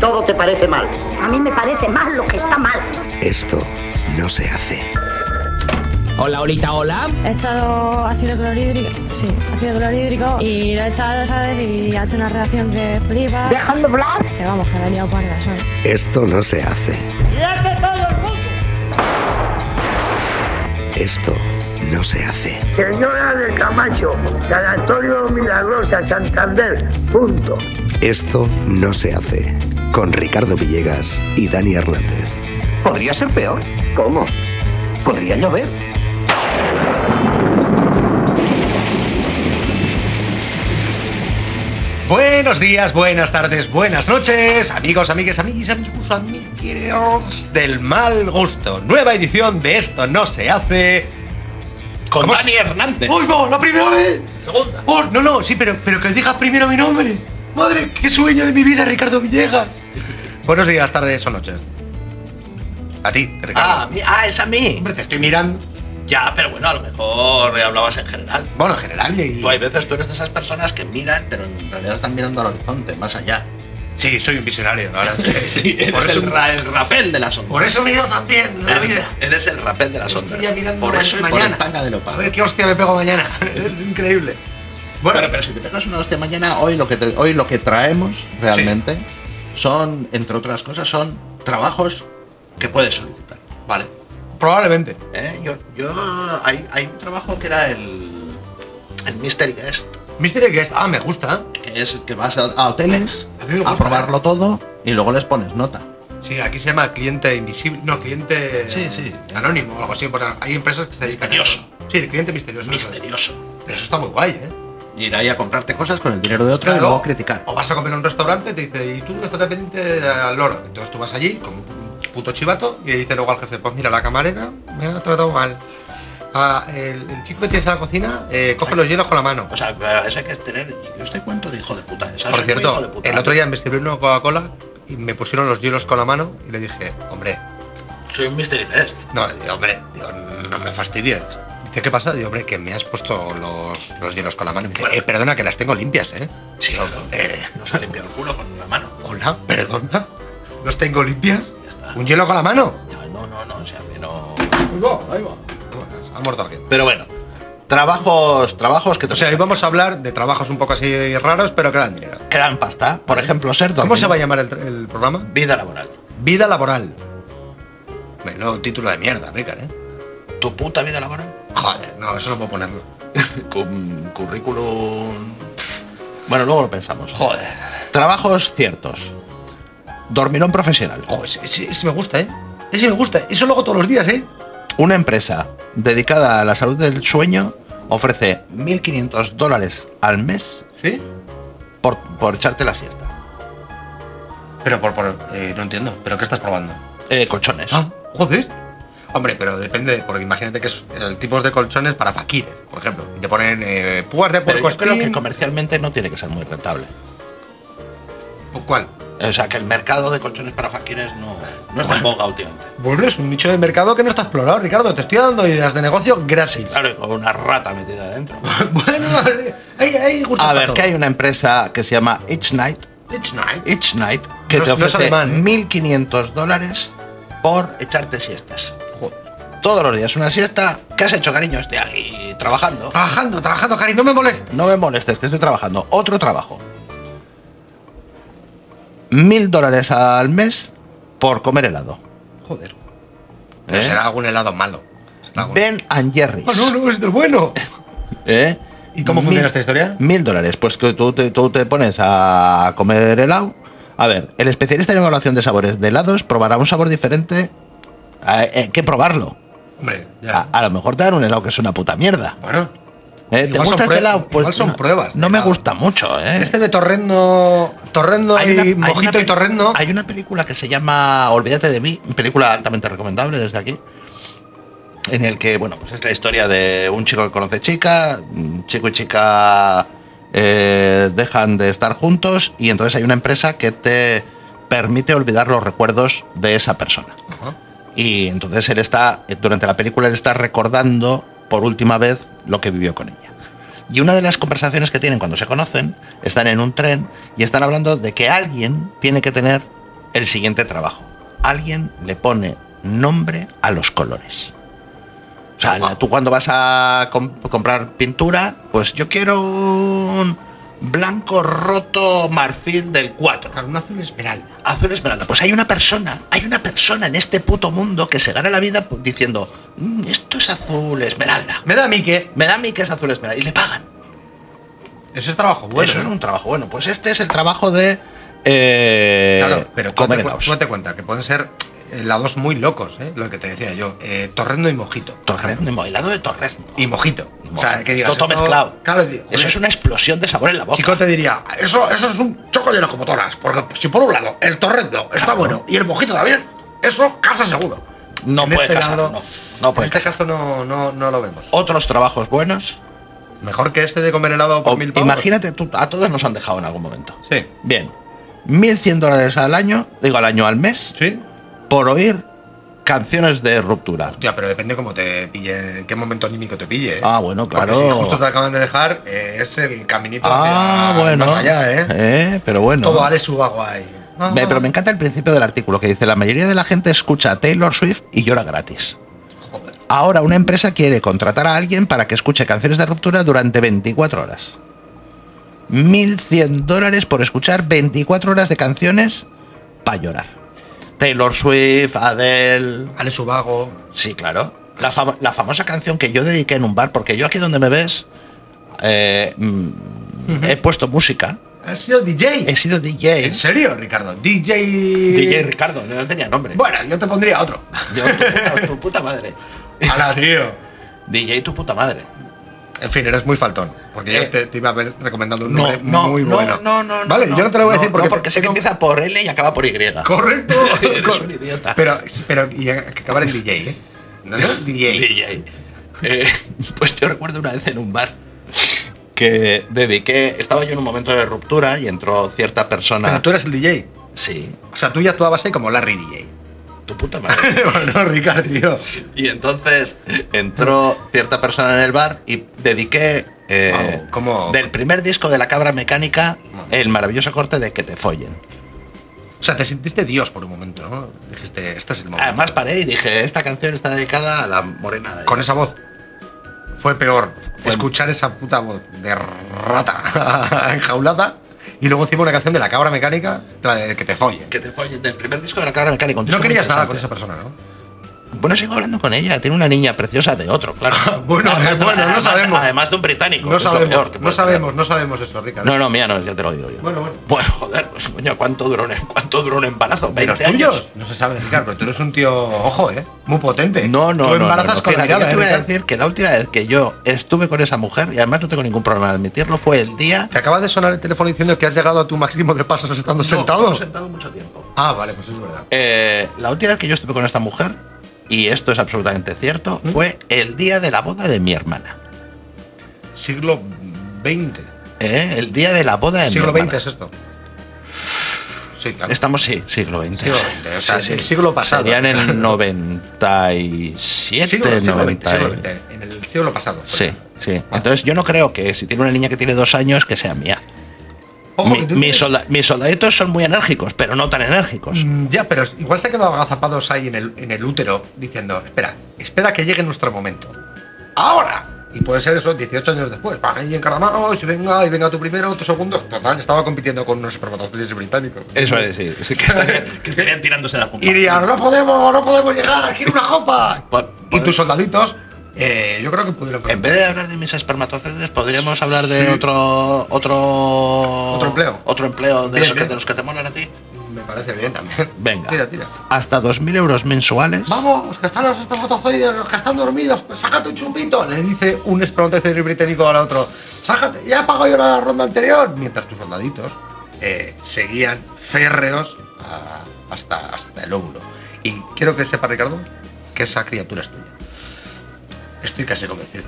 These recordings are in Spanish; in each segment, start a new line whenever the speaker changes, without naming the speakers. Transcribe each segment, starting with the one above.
Todo te parece mal.
A mí me parece mal lo que está mal.
Esto no se hace.
Hola, Olita, hola.
He echado ácido clorhídrico, sí, ácido clorhídrico y lo he echado, ¿sabes? Y ha hecho una reacción que flipa.
Dejando hablar.
Que vamos, que la he liado parda, ¿sabes?
Esto no se hace.
¡Y hace todo el mundo!
Esto no se hace.
Señora de Camacho, Sanatorio Milagrosa, Santander, punto.
Esto no se hace. Con Ricardo Villegas y Dani Hernández.
¿Podría ser peor?
¿Cómo?
¿Podría llover?
Buenos días, buenas tardes, buenas noches, amigos, amigues, amiguis, amigos, amigos del mal gusto. Nueva edición de Esto no se hace.
Con
¿Cómo
Dani
se-
Hernández.
¡Uy, no! ¡La primera vez!
Segunda.
¡Oh, no, no! Sí, pero, pero que digas primero mi nombre. ¡Madre, qué sueño de mi vida, Ricardo Villegas! Buenos días, tardes o noches. A ti,
Ah,
Ricardo.
a mí- ah, es a mí.
Hombre, te estoy mirando.
Ya, pero bueno, a lo mejor hablabas en general.
Bueno, en general. y-
Tú hay veces tú eres de esas personas que miran, pero en realidad están mirando al horizonte, más allá.
Sí, soy un visionario, la verdad. es que-
Sí,
por,
eres
eso,
el, ra- el rapel de las ondas.
por eso mido también la
Eres-
vida.
Eres el rapel de las
Estoy
ondas.
ya mirando
por
más
eso y por
mañana.
el tanga de
A
leopardo.
ver qué hostia me pego mañana. Es increíble. Bueno,
Pero, pero si te pegas una hostia mañana, hoy lo que, te- hoy lo que traemos realmente son, entre otras cosas, son trabajos que puedes solicitar. Vale.
probablemente.
Eh, Yo, yo hay, hay un trabajo que era el, el Mystery Guest,
Mystery Guest, ah, me gusta.
que es que vas a, a hoteles
A mí me gusta.
a probarlo todo y luego les pones nota.
Sí, aquí se llama cliente invisible. No, cliente
Sí, sí.
anónimo o algo así. porque hay empresas que se dedican a eso.
Misterioso.
Sí, el cliente misterioso. eso es.
Misterioso.
Pero eso está muy guay, ¿eh?
Ir ahí a comprarte cosas con el dinero de otro y
Claro.
luego criticar.
O vas a comer a un restaurante y te dice, y tú estás pendiente al loro. Entonces tú vas allí como un puto chivato y le dice luego al jefe, pues mira, la camarera me ha tratado mal. Ah, el, el chico que tienes en la cocina eh, coge los hielos con la mano.
O sea, pero eso hay que tener. ¿Y usted cuánto de hijo de puta es?
Por
¿Sabe cuánto pues, hijo de
cierto,
puta
el
es?
otro día me sirvió una Coca-Cola y me pusieron los hielos con la mano y le dije, hombre,
Soy un Mystery Guest.
no, digo, hombre, digo, no me fastidies. Dice, ¿qué pasa? Digo, hombre, que me has puesto los, los hielos con la mano. Dice, "Eh, perdona, que las tengo limpias, ¿eh?
Sí,
Digo,
no,
"Eh,
nos ha limpiado el culo con la mano.
hola, perdona, ¿los tengo limpias?
Ya está.
¿Un hielo con la mano?
Ya, No, no, no, o sea, que no.
Pues, Ha muerto alguien.
Pero bueno, trabajos, trabajos que te
O sea, hoy vamos a hablar de trabajos un poco así raros, pero que dan dinero.
que dan pasta. Por ejemplo, ser
¿Cómo
dominio-
se va a llamar el, el programa?
Vida laboral.
Vida laboral. Menudo título de mierda, Ricard, ¿eh?
Tu puta vida laboral.
Joder, no, eso no puedo ponerlo.
Con currículum. Bueno, luego lo pensamos.
Joder.
Trabajos ciertos. Dormirón profesional.
Joder, ese, ese- ese me gusta, ¿eh? Ese me gusta. Eso lo hago todos los días, ¿eh?
Una empresa dedicada a la salud del sueño ofrece 1.500 dólares al mes
¿Sí?
por, por echarte la siesta.
Pero por... por eh, no entiendo. ¿Pero qué estás probando?
Eh, colchones.
Ah, joder. Hombre, pero depende, porque imagínate que es el tipo de colchones para faquires, por ejemplo. Y te ponen eh, púas de
Pero
puerco
yo creo que
espín.
comercialmente no tiene que ser muy rentable.
¿Cuál?
O sea, que el mercado de colchones para faquires no, no está en boga últimamente.
Bueno, es un nicho de mercado que no está explorado, Ricardo. Te estoy dando ideas de negocio gratis.
Claro, y con una rata metida dentro.
bueno, hay, hay gustos
A
para
ver,
todo.
que hay una empresa que se llama Each Night,
It's nice.
Each Night, que
No
te
es- no es
ofrece
alemán, ¿eh?
1.500 dólares por echarte siestas. Todos los días una siesta. ¿Qué has hecho, cariño? Estoy aquí trabajando.
Trabajando, trabajando, Cari, no me molestes.
No me molestes, que estoy trabajando. Otro trabajo. Mil dólares al mes por comer helado.
Joder.
¿Eh?
Será algún helado malo. Será algún-
Ben and Jerry's.
Ah, no, no, es del bueno.
¿Eh?
¿Y cómo
Mil-
funciona esta historia?
Mil dólares. Pues que tú te, tú te pones a comer helado. A ver, el especialista en evaluación de sabores de helados probará un sabor diferente. Hay que probarlo.
Hombre, ya.
A, a lo mejor te dan un helado que es una puta mierda.
Bueno.
¿Eh? ¿Te
Igual son
gusta este
prue-
helado?
igual son
no,
pruebas de
No me
helado.
gusta mucho, ¿eh?
Este de torrendo. Torrendo
Hay una-
y
hay una
mojito y
peli-
torrendo.
Hay una película que se llama Olvídate de mí, película altamente recomendable desde aquí. En el que, bueno, pues es la historia de un chico que conoce chica, mm, chico y chica eh, dejan de estar juntos y entonces hay una empresa que te permite olvidar los recuerdos de esa persona.
Ajá.
Y entonces él está, durante la película, él está recordando por última vez lo que vivió con ella. Y una de las conversaciones que tienen cuando se conocen, están en un tren y están hablando de que alguien tiene que tener el siguiente trabajo. Alguien le pone nombre a los colores. O sea, la- tú cuando vas a com- comprar pintura, pues yo quiero un blanco roto marfil del 4.
Claro, un azul esmeralda.
Azul Esmeralda. Pues hay una persona, hay una persona en este puto mundo que se gana la vida pu- diciendo, "Mm, esto es azul Esmeralda.
Me da a mí que
Me da a mí que es azul Esmeralda. Y le pagan.
ese es trabajo bueno.
Eso es
¿eh?
un trabajo bueno. Pues este es el trabajo de... eh,
Claro, pero tú
comer
date, cu-
helados.
tú date cuenta que pueden ser eh, lados muy locos, ¿eh? lo que te decía yo. Eh, torrendo y mojito.
Torrezno, helado de torrezno.
Y mojito. O sea, que digas.
Todo
esto-
mezclado.
Claro, di-
Eso es una explosión de sabor en la boca.
Chico te diría, eso, eso es un choco de locomotoras, porque pues, si por un lado el torrendo está bueno y el mojito también, eso casa seguro.
no
en
puede
este
casar,
lado-
no. No pues
En
puede
este
casar.
caso no, no, no lo vemos.
Otros trabajos buenos.
Mejor que este de comer helado por
o-
mil pavos.
imagínate, tú, a todos nos han dejado en algún momento.
Sí,
Bien. 1.100 dólares al año, digo al año al mes,
sí.
por oír canciones de ruptura.
Hostia, pero depende cómo te pille, en qué momento anímico te pille. ¿eh?
Ah, bueno,
Porque
claro.
si justo te acaban de dejar, eh, es el caminito
ah,
hacia-
bueno.
más allá, ¿eh?
Eh, Pero bueno.
Todo Ale suba guay.
Me- pero me encanta el principio del artículo que dice, la mayoría de la gente escucha a Taylor Swift y llora gratis.
Joder.
Ahora una empresa quiere contratar a alguien para que escuche canciones de ruptura durante 24 horas. 1.100 dólares por escuchar 24 horas de canciones para llorar. Taylor Swift, Adele,
Ale Subago.
Sí, claro. La, fam- la famosa canción que yo dediqué en un bar, porque yo aquí donde me ves eh, mm, he puesto música.
¿Has sido DJ?
He sido DJ.
¿En serio, Ricardo? DJ.
DJ Ricardo, no tenía nombre.
Bueno, yo te pondría otro.
Yo, tu, puta, tu puta madre.
Ala, tío.
DJ tu puta madre.
En fin, eres muy faltón. Porque
Eh.
yo te, te iba a haber recomendado un
No,
nombre
no,
muy
no,
bueno.
no, no, no.
Vale, yo no te lo voy a decir porque,
no, sé que empieza por L y acaba por Y.
Correcto.
Eres
Cor-
un idiota.
Pero, pero y acabar en DJ, ¿eh? No, no, DJ.
DJ. Eh, pues yo recuerdo una vez en un bar que dediqué, estaba yo en un momento de ruptura y entró cierta persona.
Pero tú eres el DJ.
Sí,
O sea, tú ya actuabas ahí como Larry DJ.
tu puta madre.
bueno, Ricardo, tío.
Y entonces entró cierta persona en el bar y dediqué eh,
Wow, ¿cómo?
del primer disco de la cabra mecánica el maravilloso corte de que te follen.
O sea, te sentiste Dios por un momento, ¿no? Dijiste, este es el momento.
Además paré y dije, esta canción está dedicada a la morena. de-".
con esa voz. Fue peor
Fue-
escuchar esa puta voz de rata enjaulada y luego encima una canción de la cabra mecánica, la de que te follen.
que te follen del primer disco de la cabra mecánica. un
No
disco muy
querías nada con esa
interesante.
persona, ¿no?
Bueno, sigo hablando con ella, tiene una niña preciosa de otro, claro.
Bueno,
Además de-
bueno, no
además-
sabemos.
Además de un británico. que
No
es lo peor
sabemos,
que
no
puede tener.
sabemos, no sabemos eso, Ricardo.
No, no, mía no, ya te lo digo yo.
Bueno, bueno.
Bueno, joder, pues coño, ¿cuánto duró un, cuánto duró un embarazo?
¿De los
¿20 años?
tuyos? No se sabe, Ricardo, pero tú eres un tío, ojo, ¿eh? Muy potente.
No, no,
Tú
no,
embarazas
no, no.
con la
Fíjate,
mirada,
yo te
¿eh,
voy a
Ricardo?
decir que la última vez que yo estuve con esa mujer, y además no tengo ningún problema en admitirlo, fue el día...
Te acaba de sonar el teléfono diciendo que has llegado a tu máximo de pasos estando sentado.
No, sentado mucho tiempo.
Ah, vale, pues es verdad.
Eh, la última vez que yo estuve con esta mujer, y esto es absolutamente cierto,
¿Mm?
fue el día de la boda de mi hermana.
Siglo XX.
Eh, El día de la boda de
Siglo
mi
XX
hermana.
es esto. Sí, claro.
Estamos, sí, siglo XX.
Siglo XX, o sea, el siglo pasado.
Sería en el 97,
Siglo- siglo XX,
90.
siglo XX, en el siglo pasado.
este Sí, sí. Entonces yo no creo que si tiene una niña que tiene dos años, que sea mía.
Ojo,
Mi-
que tú
mis,
tienes-
solda- mis soldaditos son muy enérgicos, pero no tan enérgicos.
Mm, Ya, pero igual se han quedado agazapados ahí en el, en el útero diciendo, espera, espera que llegue nuestro momento. ¡Ahora! Y puede ser eso 18 años después. Van ahí encaramados y venga, y venga tú primero, tú segundo. Total, estaba compitiendo con unos espermatozoides británicos.
Eso es decir, que, estarían, que estarían tirándose la
Y dirían, no podemos, no podemos llegar, quiero una copa.
Po-
y
poder-
tus soldaditos, eh, yo creo que pudieron...
En vez de hablar de mis espermatozoides, podríamos hablar de
Sí.
otro, otro...
Otro empleo.
Otro empleo de,
Bien,
esos que-
bien.
de los que te molan a ti.
Me parece bien también.
Venga.
Tira, tira.
Hasta 2.000 euros mensuales.
Vamos, que están los espermatozoides, los que están dormidos, pues sácate un chumbito. Le dice un espermatozoide británico al otro, sácate, ya he pagado yo la ronda anterior. Mientras tus soldaditos eh, seguían férreos a- hasta, hasta el óvulo. Y quiero que sepa, Ricardo, que esa criatura es tuya. Estoy casi convencido.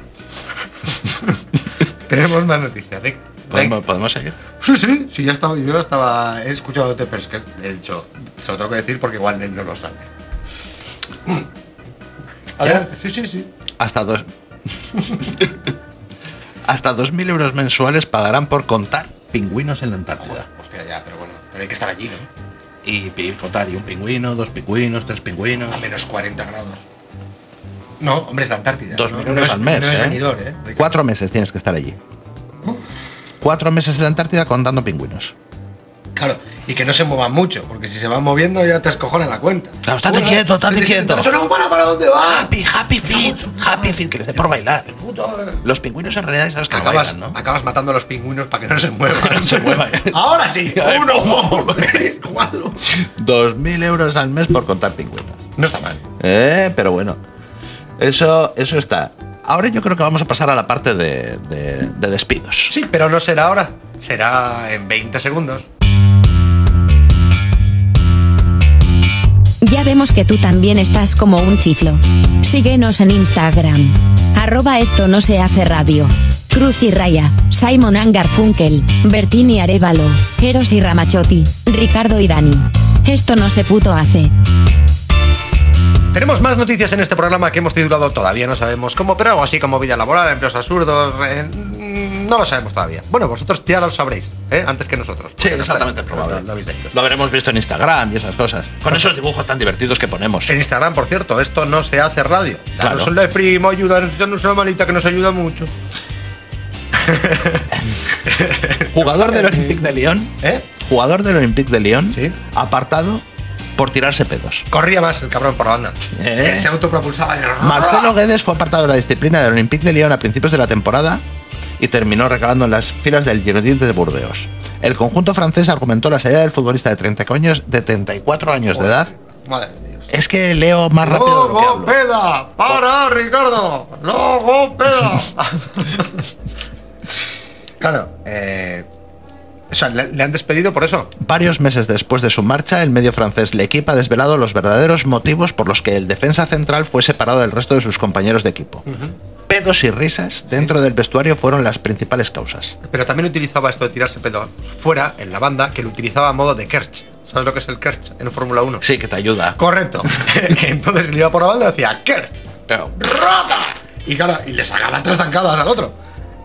Tenemos más noticias, Rick.
¿Podemos, podemos seguir.
Sí, sí, sí, ya estaba, yo ya estaba, he escuchado, pero es que he dicho, se lo tengo que decir porque igual él no lo sabe. Adelante, sí, sí, sí.
Hasta dos. Hasta 2.000 euros mensuales pagarán por contar pingüinos en la Antártida.
Hostia, ya, pero bueno, pero hay que estar allí, ¿no?
y picotar y un pingüino, dos pingüinos, tres pingüinos.
A menos 40 grados. No, hombre, es la Antártida.
Dos
no,
minutos
no es-
al mes,
no es
¿eh?
venidor, ¿eh?
Cuatro meses tienes que estar allí. Cuatro meses en la Antártida contando pingüinos.
Claro, y que no se muevan mucho, porque si se van moviendo ya te escojonan la cuenta.
Claro, estate quieto, estate
te dicen,
quieto.
"Pero eso no para para dónde va.
Happy, happy fit, happy fit, que les dé por bailar.
Puto, eh.
Los pingüinos en realidad son los que
Acabas,
Ah, bailan, ¿no?
acabas matando a los pingüinos para que no se muevan.
Que no se muevan.
Ahora sí, uno, tres, cuatro.
Dos mil euros al mes por contar pingüinos.
No está mal.
Eh, pero bueno. Eso, eso está. Ahora yo creo que vamos a pasar a la parte de, de- de despidos.
Sí, pero no será ahora. Será en 20 segundos.
Ya vemos que tú también estás como un chiflo. Síguenos en Instagram. Arroba esto no se hace radio. Cruz y Raya, Simon Angar Funkel, Bertini Arevalo, Eros y Ramachotti, Ricardo y Dani. Esto no se puto hace.
Tenemos más noticias en este programa que hemos titulado todavía no sabemos cómo, pero algo así como vida laboral, empleos absurdos, eh, mm, no lo sabemos todavía. Bueno, vosotros ya lo sabréis, ¿eh? antes que nosotros.
Sí,
Porque no
exactamente,
está-
probable.
no lo habéis visto.
Lo habremos visto en Instagram y esas cosas. Con esos dibujos tan divertidos que ponemos.
En Instagram, por cierto, esto no se hace radio.
Claro.
Danos un like, primo, ayúdanos, danos una manita que nos ayuda mucho.
Jugador del Olympique de Lyon.
¿Eh?
Jugador del Olympique de Lyon.
Sí.
Apartado por tirarse pedos.
Corría más el cabrón por la banda.
¿Eh?
Se autopropulsaba. y-
Marcelo Guedes fue apartado de la disciplina del Olympique de Lyon a principios de la temporada y terminó recalando en las filas del Girondins de Burdeos. El conjunto francés argumentó la salida del futbolista de 30 años, de 34 años de edad.
Madre de Dios.
Es que leo más rápido de lo que hablo.
¡Logopeda! ¡Para, Ricardo! ¡Logopeda! claro, eh, o sea, ¿le, le han despedido por eso.
Varios meses después de su marcha, el medio francés Le Equipe ha desvelado los verdaderos motivos por los que el defensa central fue separado del resto de sus compañeros de equipo. Pedos y risas dentro del vestuario fueron las principales causas.
Pero también utilizaba esto de tirarse pedo fuera, en la banda, que lo utilizaba a modo de Kerch. ¿Sabes lo que es el Kerch en Fórmula 1?
Sí, que te ayuda.
Correcto. Entonces le iba por la banda y decía Kerch. ¡Rota! Y claro, y le sacaba tres zancadas al otro.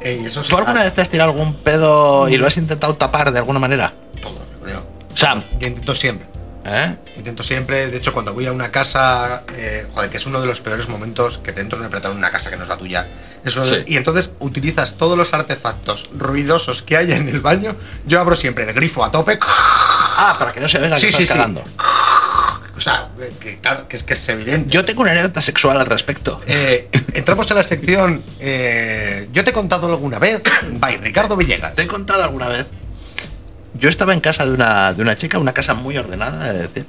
Eh, y eso sí,
¿Tú alguna vez te has tirado algún pedo y lo has intentado tapar de alguna manera?
Todo, yo creo.
Sam,
Yo intento siempre.
¿eh?
Intento siempre, de hecho, cuando voy a una casa, eh, joder, que es uno de los peores momentos que te entro en apretar una casa que no es la tuya. Es uno de-
Sí.
y entonces utilizas todos los artefactos ruidosos que hay en el baño. Yo abro siempre el grifo a tope.
Ah, para que no se oiga que
Sí,
estás
sí, sí.
cagando.
O sea, eh, que, claro, que es que es evidente.
Yo tengo una anécdota sexual al respecto.
Eh, entramos en la sección. eh, yo te he contado alguna vez. By Ricardo Villegas.
Te he contado alguna vez. Yo estaba en casa de una, de una chica, una casa muy ordenada, es decir.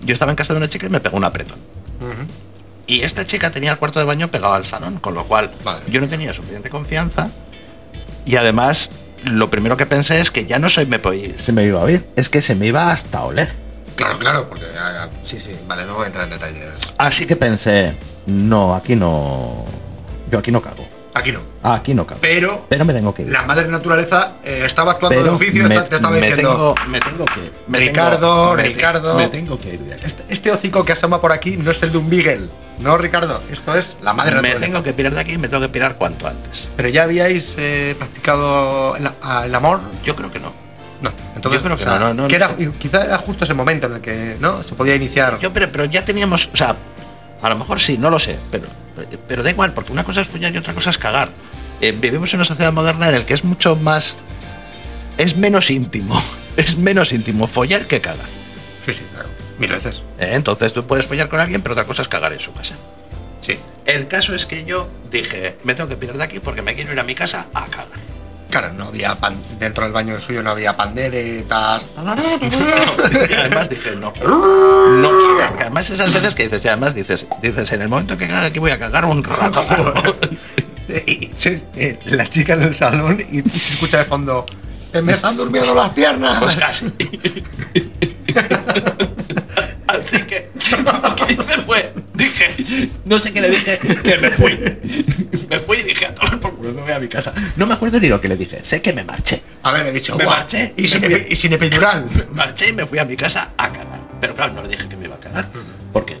Yo estaba en casa de una chica y me pegó un apretón.
Ujú.
Y esta chica tenía el cuarto de baño pegado al salón, con lo cual
Madre.
yo no tenía suficiente confianza. Y además, lo primero que pensé es que ya no se me, podía- se me iba a oír, es que se me iba hasta a oler.
Claro, claro, porque. ah, ah, sí, sí. Vale, no voy a entrar en detalles.
Así que pensé, no, aquí no. Yo aquí no cago. Ah,
Aquí no.
Aquí no cago.
Pero
Pero me tengo que ir.
la madre naturaleza eh, estaba actuando de
Pero
oficio.
me-
está- te estaba
me
diciendo.
tengo- me tengo que ir. Me tengo-
Ricardo,
me te-
Ricardo.
Me tengo que ir de aquí.
Este, este hocico que asoma por aquí no es el de un Beagle. No, Ricardo, esto es la madre
me
naturaleza.
tengo que pirar de aquí y me tengo que pirar cuanto antes.
Pero ya habíais eh, practicado el, a- el amor.
Yo creo que no.
No, entonces
Yo creo que no, no, no,
que
no.
era- quizá era justo ese momento en el que no se podía iniciar.
Yo, pero, pero ya teníamos, o sea, a lo mejor sí, no lo sé, pero, pero da igual, porque una cosa es follar y otra cosa es cagar. Eh, vivimos en una sociedad moderna en la que es mucho más. Es menos íntimo. Es menos íntimo follar que cagar.
Sí, sí, claro. Mil veces.
Eh, Entonces tú puedes follar con alguien, pero otra cosa es cagar en su casa.
Sí.
El caso es que yo dije, me tengo que pirar de aquí porque me quiero ir a mi casa a cagar.
Claro, no había pan- dentro del baño del suyo no había panderetas.
Y además dije, no quiero. No quiero. Porque además esas veces que dices, y además dices, dices, en el momento que caga aquí voy a cagar un rato.
Y- y- sí, eh, la chica en el salón y, y se escucha de fondo. "Eh, Me están durmiendo las piernas.
Pues casi. Así que lo que hice fue, dije, no sé qué le dije, que me fui. Me fui y dije, a tomar por culo, me voy a mi casa. No me acuerdo ni lo que le dije, sé que me marché.
A ver, he dicho,
Me
"Buah,
marché,
Y
me
sin,
fui.
epi- y sin epidural.
Marché y me fui a mi casa a cagar. Pero claro, no le dije que me iba a cagar. Porque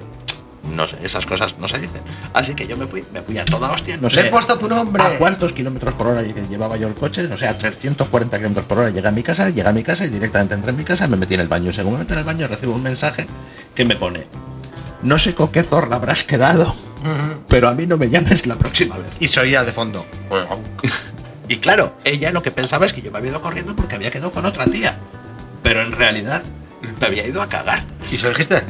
no sé, esas cosas no se dicen. Así que yo me fui, me fui a toda hostia, no
Le
sé.
he puesto tu nombre.
¿A cuántos kilómetros por hora lle- llevaba yo el coche? No sé, a 340 kilómetros por hora llegué a mi casa, llegué a mi casa y directamente entré en mi casa, me metí en el baño. Y según me metí en el baño recibo un mensaje que me pone, no sé con qué zorra habrás quedado,
Ujú.
pero a mí no me llames la próxima vez.
Y se oía de fondo.
Y claro, ella lo que pensaba es que yo me había ido corriendo porque había quedado con otra tía. Pero en realidad me había ido a cagar.
¿Y se lo dijiste?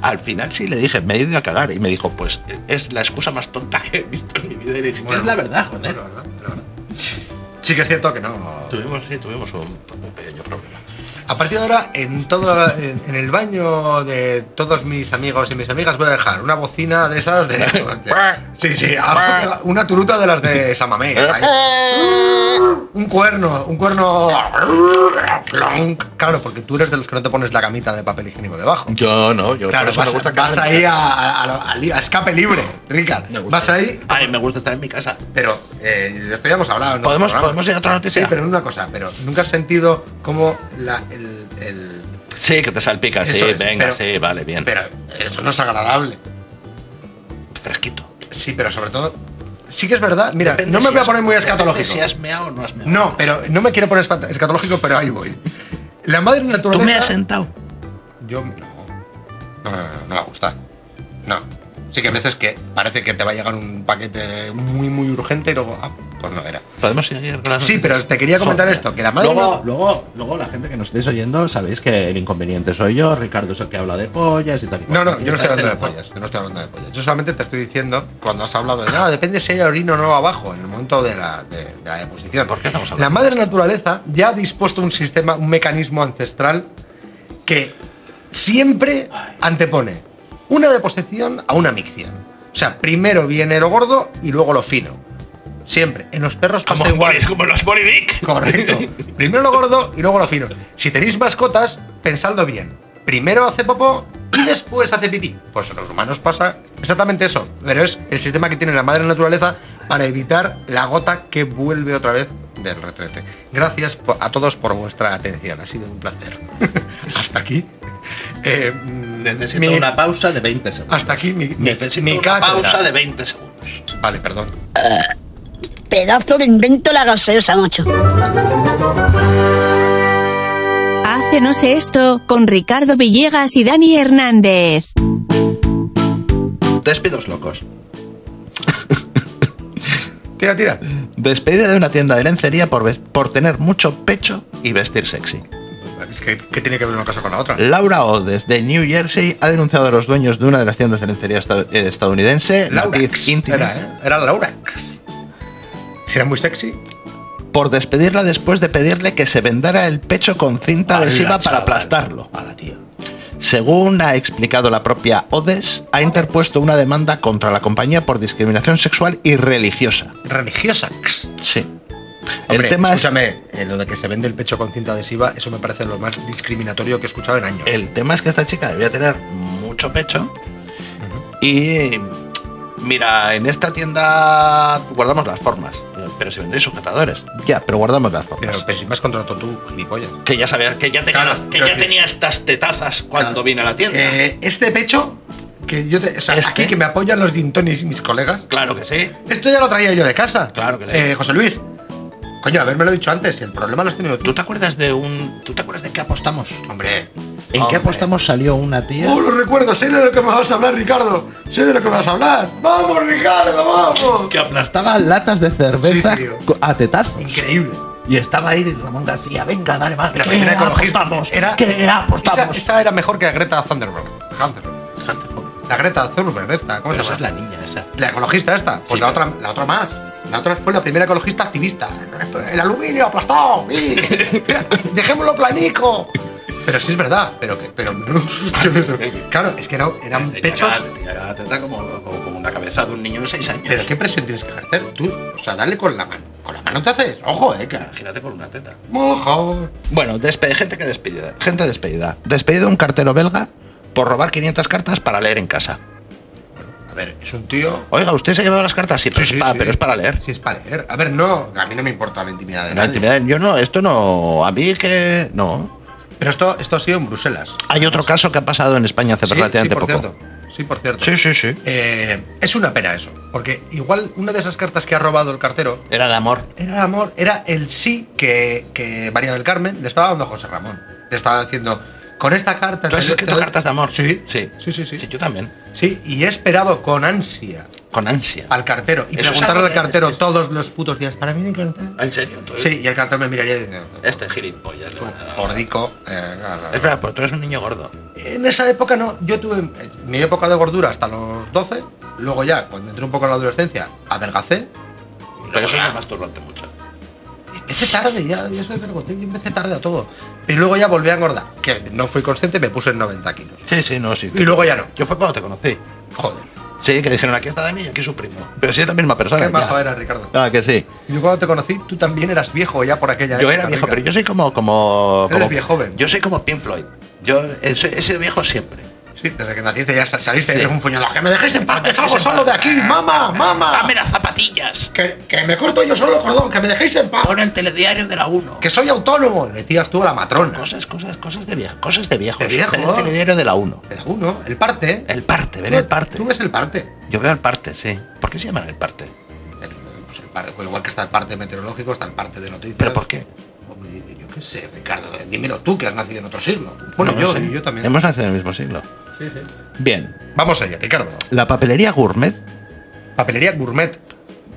Al final sí le dije, me he ido a cagar. Y me dijo, pues es la excusa más tonta que he visto en mi vida. Y le dije, es la verdad, ¿eh? joder.
Bueno, la verdad, la verdad. Sí que es cierto que no.
Tuvimos, sí, tuvimos un, un pequeño problema.
A partir de ahora, en todo en, en el baño de todos mis amigos y mis amigas voy a dejar una bocina de esas de. sí, sí, algo- una turuta de las de Samamé. ahí. un cuerno, un cuerno. plonk. Claro, porque tú eres de los que no te pones la camita de papel higiénico debajo.
Yo no, yo
Claro,
por eso
vas,
me gusta
vas
cagar en mi
ahí a,
casa.
a- a- a li- a escape libre, Ricard.
Me gusta.
Vas ahí,
Ay, me gusta estar en mi casa.
pero eh, de esto ya hemos hablado. ¿no?
¿Podemos, ¿podemos ir a otra
Sí,
noticia?
pero en una cosa, pero nunca has sentido como la, el- el
Sí, que te salpica, sí,
Eso es,
venga,
pero-
sí, vale, bien.
Pero eso no es agradable.
Fresquito.
Sí, pero sobre todo. Sí que es verdad. Mira,
Depende
no me
si
voy a
has-
poner muy
depende
escatológico.
Si has meado o no has meado.
No, pero no me quiero poner espat- escatológico, pero ahí voy. La madre
Tú
naturaleza.
me has sentado.
Yo no. No, no, no, no me gusta. No. Sí que a veces que parece que te va a llegar un paquete muy, muy urgente y luego. Ah, pues Ah, no era.
Podemos seguir con las
Sí,
noticias?
pero te quería comentar esto, que la madre
Luego,
no-
luego, luego la gente que nos estéis oyendo, sabéis que el inconveniente soy yo, Ricardo es el que habla de pollas y tal. y
No,
cual.
no, yo no estoy hablando de
Este-
pollas. Yo no estoy hablando de pollas. Yo solamente te estoy diciendo, cuando has hablado de nada, depende si hay orino o no abajo, en el momento de la, de, de la deposición.
¿Por qué estamos hablando
La
de
madre naturaleza ya ha dispuesto un sistema, un mecanismo ancestral que siempre antepone una deposición a una micción. O sea, primero viene lo gordo y luego lo fino. Siempre. En los perros pasa igual.
como los Bolivic.
Correcto. Primero lo gordo y luego lo fino. Si tenéis mascotas, pensadlo bien. Primero hace popó y después hace pipí. Pues a los humanos pasa exactamente eso. Pero es el sistema que tiene la madre naturaleza para evitar la gota que vuelve otra vez del retrete. Gracias po- a todos por vuestra atención. Ha sido un placer. Hasta aquí. eh, mm,
Necesito
mi-
una pausa de 20 segundos.
Hasta aquí mi, mi,
Necesito
mi
una
cátedra.
pausa de 20 segundos.
Vale, perdón.
Pedazo de invento la gaseosa, macho.
Hacenos esto con Ricardo Villegas y Dani Hernández.
Despidos locos.
Tira, tira.
Despedida de una tienda de lencería por, ves- por tener mucho pecho y vestir sexy.
Es que, ¿qué tiene que ver una cosa con la otra?
Laura Odes de New Jersey ha denunciado a los dueños de una de las tiendas de lencería estad- eh, estadounidense,
Laurax
Matiz Intimate,
era, ¿eh? Era Laurax. Si era muy sexy.
por despedirla después de pedirle que se vendara el pecho con cinta
Ala,
adhesiva para
chaval.
aplastarlo.
Hala, tío.
Según ha explicado la propia Odes, ha interpuesto una demanda contra la compañía por discriminación sexual y religiosa.
Religiosa.
Sí. el
Hombre,
tema es,
escúchame, eh, lo de que se vende el pecho con cinta adhesiva, eso me parece lo más discriminatorio que he escuchado en años.
el tema es que esta chica debía tener mucho pecho y mira, en esta tienda guardamos las formas, eh, pero si vendéis sujetadores. Ya, pero guardamos las
pero,
formas.
pero si me has contratado tú, gilipollas.
que ya sabías que ya tenía,
Claro,
las- que
quiero
ya
decir-
tenía estas tetazas cuando
Claro.
vine a la tienda.
Eh, este pecho, que yo te, o sea,
Este.
aquí que me apoyan los dintonis y mis colegas,
claro que sí.
esto ya lo traía yo de casa.
Claro que sí.
Eh, José Luis, coño, haberme lo dicho antes, el problema lo has tenido
¿Tú
tú.
te acuerdas de un tú te acuerdas de qué apostamos?
Hombre.
¿En qué
hombre.
apostamos salió una tía?
Oh, lo recuerdo, sé de lo que me vas a hablar, Ricardo. Sé de lo que me vas a hablar. ¡Vamos, Ricardo, vamos!
que aplastaba latas de cerveza
Sí, tío.
co- a tetazos.
Increíble.
Y estaba ahí Ramón García, venga, dale, vale,
La
¿qué
primera ecologista
apostamos?
era-
¿Qué apostamos?
Esa, esa era mejor que la Greta Thunderberg. Thunderberg. La Greta Thunderberg esta, ¿cómo
Pero
se
esa es
llama?
la niña, esa. Este
La... ecologista esta. Pues
Sí,
la,
pero-
otra, la otra más. La otra fue la primera ecologista activista. El aluminio aplastado. ¡sí! Dejémoslo planico. Pero sí es verdad, pero que, pero menudo susto que me dio. Claro, es que era- eran pechos.
teta como, como, como una cabeza de un niño de 6 años.
Pero qué presión tienes que ejercer tú. O sea, dale con la mano. Con la mano te haces. Ojo, eh, que.
Imagínate con una teta.
Mojón.
Bueno, despe- gente que despedida. Gente despedida. Despedido un cartero belga por robar 500 cartas para leer en casa.
A ver, es un tío.
Oiga, ¿usted se ha llevado las cartas? Sí, pero,
Sí,
es,
sí,
pa-
sí.
pero es para leer.
Si es para leer. A ver, no. A mí no me importa la intimidad de
La
nadie.
intimidad- yo no, esto no. A mí que. No.
Pero esto, esto ha sido en Bruselas.
Hay otro caso que ha pasado en España hace
Sí, sí,
relativamente
por
poco.
cierto. sí, por cierto.
Sí, sí, sí.
Eh, es una pena eso, porque igual una de esas cartas que ha robado el cartero
Era de amor.
era el amor, era el sí que, que María del Carmen le estaba dando a José Ramón. Le estaba diciendo, con esta carta.
¿Tú has
te-
escrito
te-
cartas de amor?
Sí,
Sí.
sí, sí, sí.
Sí, yo también.
Sí, y he esperado con ansia
Con ansia.
al cartero y
Eso es
preguntarle
algo
al
que-
cartero
es- es-
todos los putos días. ¿Para mí me encanta?
¿En serio? tú?
Sí, y el cartero me miraría diciendo,
Este gilipollas. le van a dar-
gordico. eh, claro,
Es verdad, pero tú eres un niño gordo.
En esa época no, yo tuve eh, mi época de gordura hasta los 12, luego ya, cuando entré un poco en la adolescencia, adelgacé,
Pero eso es de masturbante mucho.
empecé tarde, ya, ya soy adelgacé, yo empecé tarde a todo. Y luego ya volví a engordar, que no fui consciente, me puse en 90 kilos.
Sí, sí, no, sí.
Y luego ya no,
Yo fue cuando te conocí.
joder,
Sí, que dijeron aquí está Dani y aquí su primo. Pero sí es la misma persona.
qué majo
ya.
eras, Ricardo.
Ah, que sí.
Yo cuando te conocí, tú también eras viejo ya por aquella
Yo
época,
era viejo,
Ricardo.
pero yo soy como. como,
Eres
como
viejo joven.
Yo soy como Pink Floyd. Yo he, soy- he sido viejo siempre.
Sí, desde que naciste ya sal- saliste
Sí.
eres un fuñado. ¡Que me dejéis en paz, que
Me
salgo
dejéis en
solo de
paz. Ah,
aquí! ¡Mamá, mamá!
las zapatillas!
Que, que me corto yo solo el cordón, que me dejéis en paz.
Pon el telediario de la 1.
Que soy autónomo, le decías tú a la matrona.
Cosas, cosas, cosas de viejo. Cosas de viejo.
De viejo.
El telediario de la 1.
El uno, el parte.
El parte, ver
Tú-
el parte.
Tú ves el parte.
Yo veo el parte, sí. ¿Por qué se llaman el parte?
El- pues el par- pues igual que está el parte meteorológico, está el parte de noticias.
¿Pero por qué?
Hombre, Yo qué sé, Ricardo. eh, Dímelo tú, que has nacido en otro siglo. Bueno,
No
yo,
lo sé.
y yo también.
Hemos nacido en el mismo siglo.
Sí, sí.
Bien.
Vamos allá, Ricardo.
La papelería gourmet.
Papelería gourmet.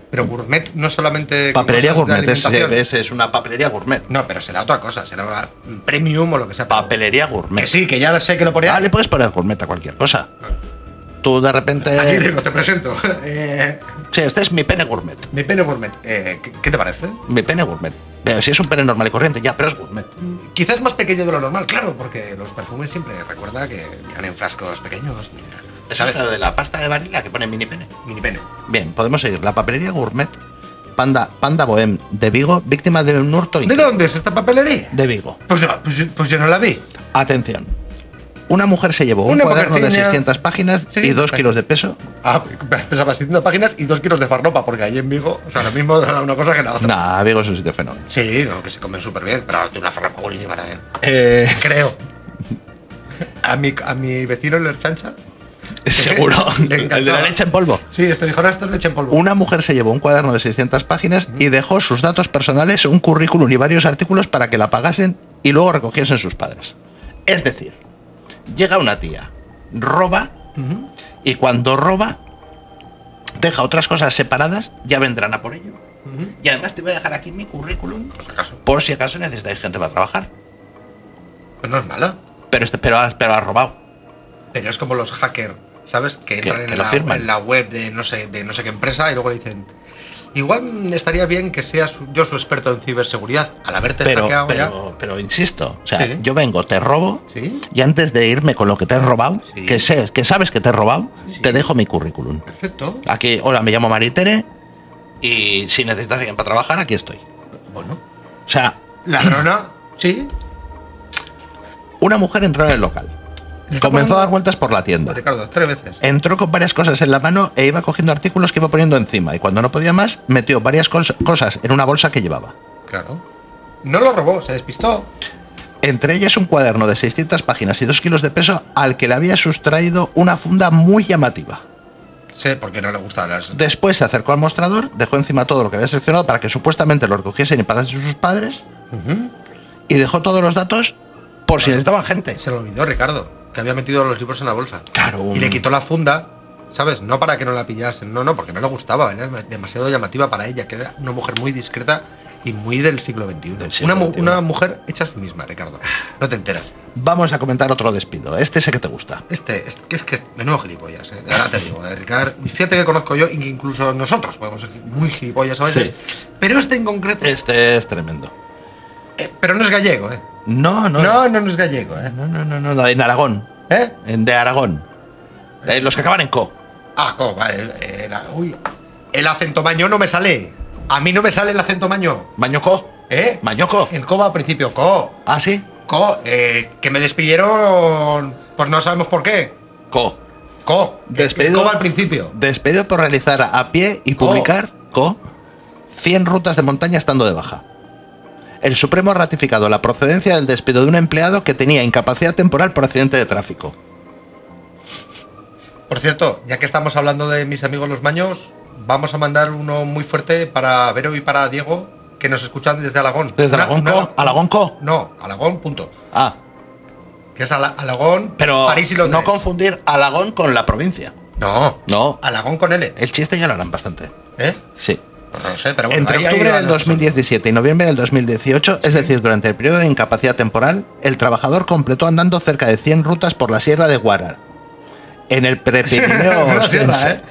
Pero gourmet no es solamente... con
Papelería
cosas de
gourmet. Es,
alimentación.
es- es una papelería gourmet.
No, pero será otra cosa. Será una premium o lo que sea.
Papelería gourmet.
Que sí, que ya sé que lo ponía.
Ah, le puedes poner gourmet a cualquier cosa.
Ah.
Tú de repente.
Aquí digo, te presento. Eh,
Sí, este es mi pene gourmet.
mi pene gourmet. Eh, ¿qué- ¿Qué te parece?
Mi pene gourmet. Pero si es un pene normal y corriente, ya, pero es gourmet.
Quizás más pequeño de lo normal, claro, porque los perfumes siempre recuerda que vienen en frascos pequeños.
Eso
¿Sabes?
es lo de la pasta de vanilla que pone mini pene.
Mini pene.
Bien, podemos seguir. La papelería gourmet. Panda, Panda Bohem de Vigo, víctima de un hurto.
¿De dónde es esta papelería?
De Vigo.
Pues yo, pues, yo- pues yo no la vi.
Atención. Una mujer se llevó un
Una
cuaderno de
mujercilla.
600 páginas
Sí,
y 2
perfecto.
kilos de peso.
Ah, pesaba 600 páginas y 2 kilos de farlopa, porque ahí en Vigo, o sea, lo mismo da una cosa que la otra.
Nah, Vigo es un sitio fenómeno.
Sí, no, que se comen súper bien, pero tiene una farlopa buenísima también.
Eh,
Creo. A mi, a mi vecino el chancha.
seguro.
Le
El de la
encantaba.
leche en polvo.
Sí, este dijo, ahora esto es leche en polvo.
Una mujer se llevó un cuaderno de 600 páginas y dejó sus datos personales, un currículum y varios artículos para que la pagasen y luego recogiesen sus padres. Es decir, llega una tía, roba
Ujú.
y cuando roba deja otras cosas separadas, ya vendrán a por ello.
Ujú.
Y además te voy a dejar aquí mi currículum
Por si acaso.
por si acaso necesitáis gente para trabajar.
Pues no es mala.
Pero, este, pero, has- pero has robado.
Pero es como los hackers, ¿sabes? Que entran
que
en,
lo
la,
firman.
en la web de no sé de no sé qué empresa y luego le dicen igual mm, estaría bien que seas yo su experto en ciberseguridad al haberte
Pero,
hackeado ya.
pero, pero insisto, o sea,
Sí.
yo vengo, te robo,
Sí,
Y antes de irme con lo que te he robado,
Sí.
que, sé, que sabes que te he robado,
Sí, sí.
te dejo mi currículum.
perfecto.
Aquí, hola, me llamo Maritere y si necesitas alguien para trabajar, aquí estoy.
Bueno,
O sea,
ladrona, sí.
una mujer entró en el local.
Le está
Comenzó a dar
poniendo-
vueltas por la tienda.
Ricardo, tres veces.
Entró con varias cosas en la mano e iba cogiendo artículos que iba poniendo encima y cuando no podía más, metió varias cos- cosas en una bolsa que llevaba.
Claro. No lo robó, se despistó.
Entre ellas un cuaderno de 600 páginas y 2 kilos de peso al que le había sustraído una funda muy llamativa.
Sé porque no le gusta las
Después se acercó al mostrador, dejó encima todo lo que había seleccionado para que supuestamente lo recogiesen y pagasen sus padres,
Ujú.
y dejó todos los datos por si necesitaban gente.
Se lo olvidó Ricardo, que había metido los libros en la bolsa.
Claro.
Y le quitó la funda, ¿sabes? No para que no la pillasen, no, no, porque no le gustaba, era demasiado llamativa para ella, que era una mujer muy discreta y muy del siglo XXI.
Del siglo
una, mu-
XXI.
una mujer hecha a sí misma, Ricardo. No te enteras.
Vamos a comentar otro despido. Este sé que te gusta.
Este, este- que es que es menudo gilipollas, ¿eh? De verdad te digo, eh, Ricardo. Fíjate que conozco yo, y que incluso nosotros podemos ser muy gilipollas a veces. Pero este en concreto,
Este es tremendo.
eh, pero no es gallego, ¿eh?
No, no.
No, no, no es gallego, ¿eh?
no, no, no, no, no, en Aragón.
¿Eh?
En de Aragón. Eh, los que acaban en co.
Ah, ¿cómo? Vale, era- uy, el acento maño no me sale. A mí no me sale el acento maño.
Mañoco.
¿Eh?
Mañoco.
El co va al principio, co.
Ah, sí.
Co, eh, que me despidieron, pues no sabemos por qué.
Co.
Co, que-
Despedido.
que co va al principio.
Despedido por realizar a pie y
Co.
publicar co 100 rutas de montaña estando de baja. El Supremo ha ratificado la procedencia del despido de un empleado que tenía incapacidad temporal por accidente de tráfico.
Por cierto, ya que estamos hablando de mis amigos los maños, vamos a mandar uno muy fuerte para Vero y para Diego, que nos escuchan desde Alagón.
Desde
Una-
Alagonco,
una-
Alagonco.
No, Alagón, punto.
Ah,
Que es Ala- Alagón,
pero
París y Londres.
no confundir Alagón con la provincia.
No,
No,
Alagón con L,
el chiste ya lo harán bastante.
¿eh?
Sí.
Pues no lo sé, pero bueno,
Entre
ahí- ahí
octubre
van
del
los que son.
2017 y noviembre del 2018, es decir, durante el periodo de incapacidad temporal, el trabajador completó andando cerca de 100 rutas por la sierra de Guarar, en el prepirineo
Una sierra,
ostense,
¿eh?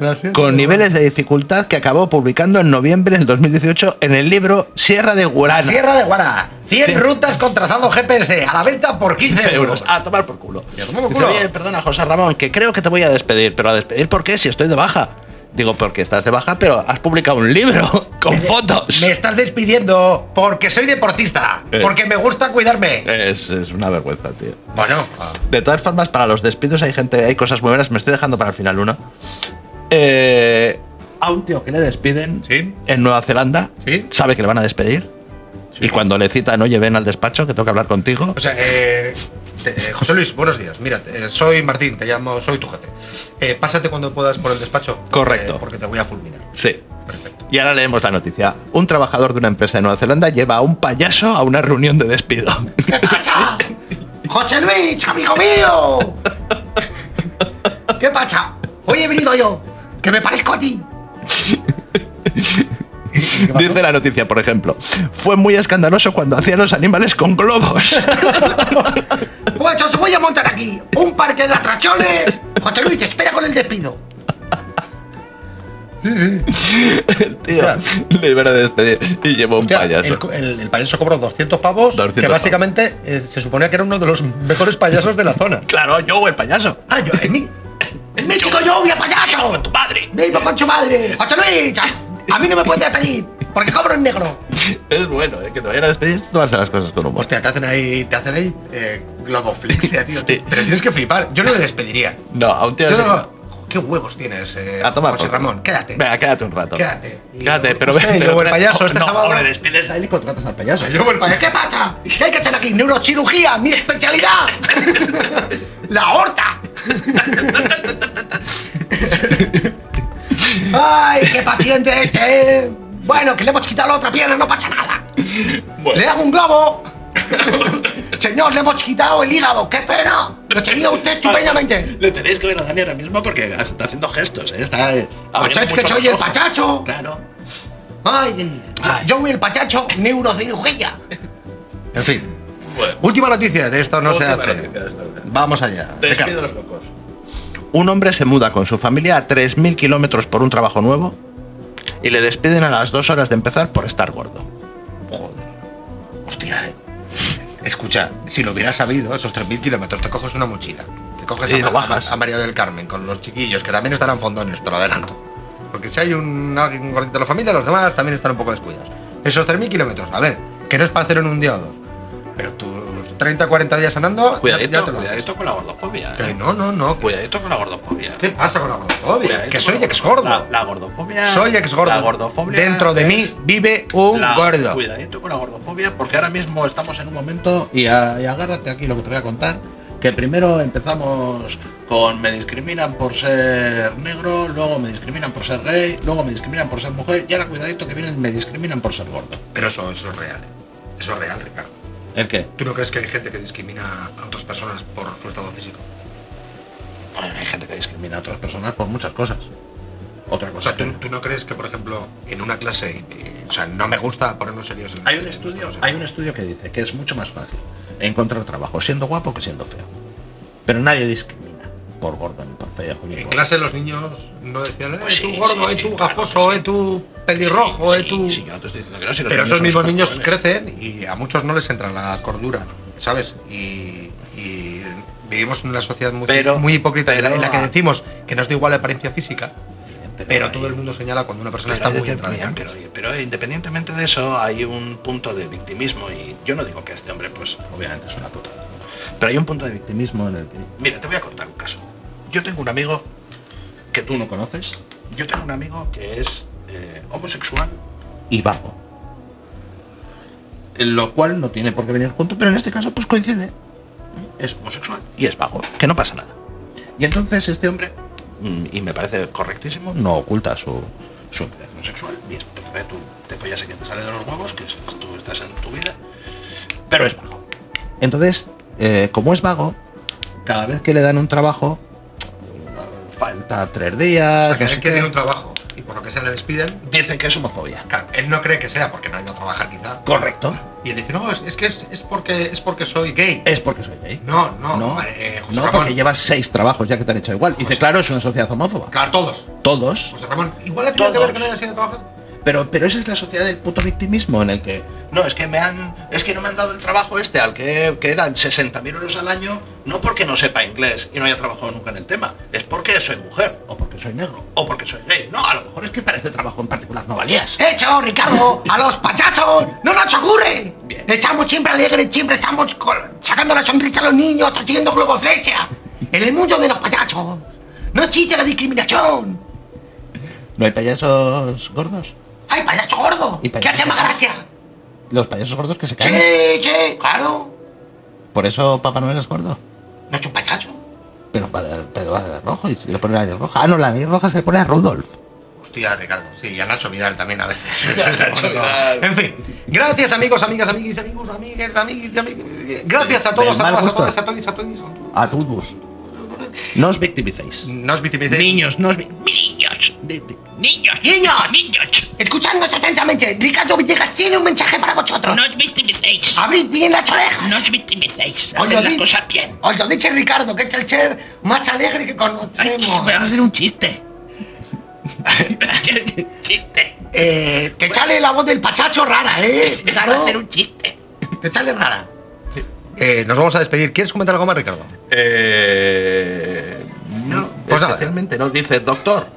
Una sierra.
con niveles de dificultad que acabó publicando en noviembre del 2018 en el libro Sierra de
La
Guarana.
Sierra de Guara. 100
Cien.
rutas con trazado GPS a la venta por 15 euros.
A tomar por culo.
Y a tomar por
Dice,
culo.
"Oye, perdona, José Ramón, que creo que te voy a despedir, pero a despedir por qué si estoy de baja. Digo, porque estás de baja, pero has publicado un libro con fotos.
Me estás despidiendo porque soy deportista,
Eh.
porque me gusta cuidarme.
Es, es una vergüenza, tío.
Bueno, ah,
De todas formas, para los despidos hay gente, hay cosas muy buenas. Me estoy dejando para el final uno. Eh, a un tío que le despiden
Sí.
en Nueva Zelanda,
Sí.
sabe que le van a despedir. Y cuando le citan, oye, ven al despacho, que tengo que hablar contigo.
o sea, eh, te- eh, José Luis, buenos días. Mira, eh, soy Martín, te llamo, soy tu jefe. Eh, pásate cuando puedas por el despacho.
Correcto.
eh, porque te voy a fulminar.
sí.
Perfecto.
Y ahora leemos la noticia. Un trabajador de una empresa de Nueva Zelanda lleva a un payaso a una reunión de despido.
¡Pacha! ¡José Luis, amigo mío! ¿Qué pacha? Hoy he venido yo, que me parezco a ti.
Dice la noticia, por ejemplo. Fue muy escandaloso cuando hacía los animales con globos.
Pues os voy a montar aquí un parque de atracciones. José Luis, te espera con el despido.
El tío le iban a despedir y llevó un
Hostia,
payaso.
El, co- el- el payaso cobró 200 pavos,
200
que
pavos.
básicamente eh, se suponía que era uno de los mejores payasos de la zona.
Claro, yo el payaso.
¡Ah, yo, en mí! ¡En mí, chico, yo voy a payaso! ¡Con tu madre! ¡Vivo con su madre! ¡José Luis! A, a mí no me puedes despedir, porque cobro en negro.
Es bueno, ¿eh? que te vayan a despedir, todas las cosas con humor.
Hostia, te hacen ahí, te hacen ahí eh, globoflexia, tío.
Sí.
Pero tienes que flipar. Yo no le despediría.
No, a un tío
Yo
así
no- Oh, ¿Qué huevos tienes, eh,
no. A tomar
José
por culo.
Ramón? Quédate.
Venga, quédate un rato.
Quédate. Y-
Quédate, pero
Usted,
pero-
luego el payaso
no,
este
no,
sábado-
o le despides a él y contratas al payaso.
Yo vuelvo a- ¿Qué pasa? ¿Qué hay que hacer aquí? Neurochirugía, mi especialidad. La horta. Ay, qué paciente este. ¿eh? Bueno, que le hemos quitado la otra pierna, no pasa nada. Le hago un globo. Señor, le hemos quitado el hígado. ¡Qué pena! Lo tenía
Ah,
usted estupendamente.
Le tenéis que ver a Dani ahora mismo porque está haciendo gestos, ¿eh? Está. eh, abriendo
Ah, ¿Sabes
mucho
que
los
soy el
ojos.
pachacho?
Claro.
Ay, ah, yo soy el pachacho, neurocirugía. En fin.
Bueno.
Última noticia de esto no se
Última
hace.
noticia de esta hora.
Vamos allá.
Despidos locos. Un hombre se muda con su familia a 3.000 kilómetros por un trabajo nuevo y le despiden a las dos horas de empezar por estar gordo.
Joder. Hostia, eh. Escucha, si lo hubieras sabido, esos 3.000 kilómetros, te coges una mochila. Te coges
Y
a,
lo bajas.
a María del Carmen con los chiquillos, que también estarán fondones, te lo adelanto. Porque si hay un, alguien gordito de la familia, los demás también están un poco descuidados. Esos 3.000 kilómetros, a ver, que no es para hacer en un día o dos. Pero tus 30, 40 días andando, ya- ya, te lo haces.
con la gordofobia. ¿eh?
Que no, no, no. que-
Cuidadito con la gordofobia.
¿Qué pasa con la gordofobia?
Cuidadito
Que soy
con la
ex
gordo-
gordo.
La, la gordofobia.
Soy ex gordo.
La gordofobia.
Dentro de
es
mí vive un
la-
gordo.
Cuidadito con la gordofobia, porque ahora mismo estamos en un momento. Y, a- y agárrate aquí lo que te voy a contar. Que primero empezamos con me discriminan por ser negro, luego me discriminan por ser gay, luego me discriminan por ser mujer, y ahora cuidadito que vienen me discriminan por ser gordo.
Pero eso, eso es real. eh. Eso es real, Ricardo.
¿El qué?
¿Tú no crees que hay gente que discrimina a otras personas por su estado físico?
Bueno, hay gente que discrimina a otras personas por muchas cosas. Otra
O
cosa.
sea, ¿tú,
que no.
tú no crees que, por ejemplo, en una clase, eh, o sea, no me gusta ponernos serios en
Hay un
en-
estudio,
en-
hay un estudio que dice que es mucho más fácil encontrar trabajo siendo guapo que siendo feo. Pero nadie discrimina por gordo ni por feo. ni
En
por-
clase los niños no decían, eh,
Pues sí,
tú gordo,
sí,
eh,
sí,
tú
claro
gafoso,
que sí.
eh, tú pelirrojo,
Sí,
eh, tú...
sí, sí, yo no te estoy diciendo que no, si los
Pero esos
son
mismos
unos
niños
cabrones.
crecen y a muchos no les entra la cordura, ¿sabes? Y, y vivimos en una sociedad muy,
Pero-
muy hipócrita en la- en la que
pero-
decimos que nos da igual la apariencia física, pero todo el mundo señala cuando una persona
Pero
está
hay
muy
de-
entrada. en
mira,
años.
pero, pero eh, independientemente de eso, hay un punto de victimismo y yo no digo que este hombre, pues obviamente es una putada. ¿no? Pero hay un punto de victimismo en el que... Mira, te voy a contar un caso. Yo tengo un amigo que tú no conoces. Yo tengo un amigo que es eh, homosexual y vago. Lo cual no tiene por qué venir junto, pero en este caso pues coincide. Es homosexual y es vago, que no pasa nada. Y entonces este hombre, mm, y me parece correctísimo, no oculta su, su inclinación sexual. Bien, eh, tú te follas a quien te sale de los huevos, que es- tú estás en tu vida, pero es vago. Entonces, eh, como es vago, cada vez que le dan un trabajo, falta tres días.
O sea, que
no sé
él que
qué.
tiene un trabajo y por lo que sea le despiden.
Dicen que es homofobia.
Claro, él no cree que sea porque no ha ido a trabajar quizá.
Correcto.
Y él dice, no, es, es que es, es porque es porque soy gay.
Es porque soy gay.
No, no,
No,
vale, eh, José
no,
Ramón.
porque llevas seis trabajos ya que te han hecho igual. Y dice, claro, es una sociedad homófoba.
Claro, todos.
Todos.
José Ramón, igual ha tenido que ver
Todos.
que no haya sido trabajar.
Pero, pero esa es la sociedad del puto victimismo en el que. No, es que me han. Es que no me han dado el trabajo este al que, que eran 60.000 euros al año, no porque no sepa inglés y no haya trabajado nunca en el tema. Es porque soy mujer, o porque soy negro, o porque soy gay. No, a lo mejor es que para este trabajo en particular no valías.
¡Hecho, Eh, Ricardo! ¡A los pachachos! ¡No nos ocurre!
Bien.
Estamos siempre alegres, siempre estamos col- sacando la sonrisa a los niños, haciendo globo flecha. En el mundo de los pachachos. No existe la discriminación.
¿No hay payasos gordos?
¡Hay payacho gordo!
Y
¿Qué
payaso
hace más
gordo.
gracia?
Los payasos gordos que se caen.
Sí, sí, claro.
Por eso Papá Noel es gordo.
No es un payacho.
Pero para, pero para rojo, y si le pone la nariz roja. Ah, no, la nariz roja se le pone a Rudolf.
Hostia, Ricardo. Sí, y a Nacho Vidal también a veces.
Nacho Vidal.
en fin. Gracias, amigos, amigas, amiguis, amigos, amigues, amiguis, amiguis. Gracias a todos,
Del
a
mal
todas, a
gusto.
todas, a todos, a todos.
A Tudbus. No os victimicéis.
No os victimicéis.
Niños, no os vi- Niños. de- de- Niños.
Niños.
Niños.
Escuchadnos atentamente. Ricardo Villegas tiene un mensaje para vosotros.
os victimicéis.
Abrid bien las orejas.
os victimicéis.
Oye,
Haced
Odín.
bien.
Os lo dice Ricardo, que es el ser más alegre que conocemos.
Voy a hacer un chiste. chiste.
Eh, te sale la voz del pachacho rara, ¿eh?
Voy a hacer
Claro,
un chiste.
te sale rara.
Eh, nos vamos a despedir. ¿Quieres comentar algo más, Ricardo?
Eh, no,
Pues nada.
especialmente no. Dice, doctor,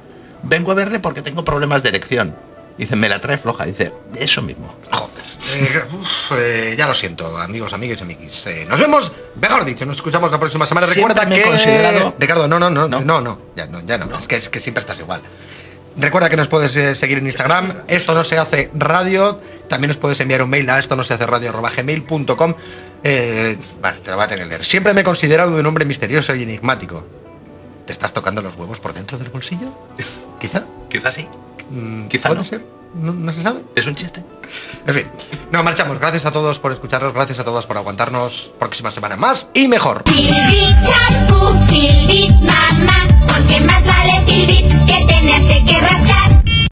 vengo a verle porque tengo problemas de erección. Dice, me la trae floja. Dice, eso mismo.
Joder. Eh, uf, eh, ya lo siento, amigos, amigues, amiguis. Eh, nos vemos, mejor dicho, nos escuchamos la próxima semana.
Siempre
Recuerda
me he
que.
considerado-
Ricardo, no, no, no, no,
No.
no, ya no, ya no. Es, que, es que siempre estás igual. Recuerda que nos puedes eh, seguir en Instagram, esto no se hace radio. También nos puedes enviar un mail a esto no se hace radio arroba gmail.com. Eh, vale, te lo voy a tener que leer. Siempre me he considerado un hombre misterioso y enigmático. ¿Te estás tocando los huevos por dentro del bolsillo? Quizá.
Quizás sí.
Mm,
Quizá
¿Puede
no.
ser? No- no se sabe.
Es un chiste.
En fin, nos marchamos. Gracias a todos por escucharnos, gracias a todos por aguantarnos. Próxima semana más y mejor.
Filbit, champú, filbit, mamá, porque más vale filbit que tenerse que rascar.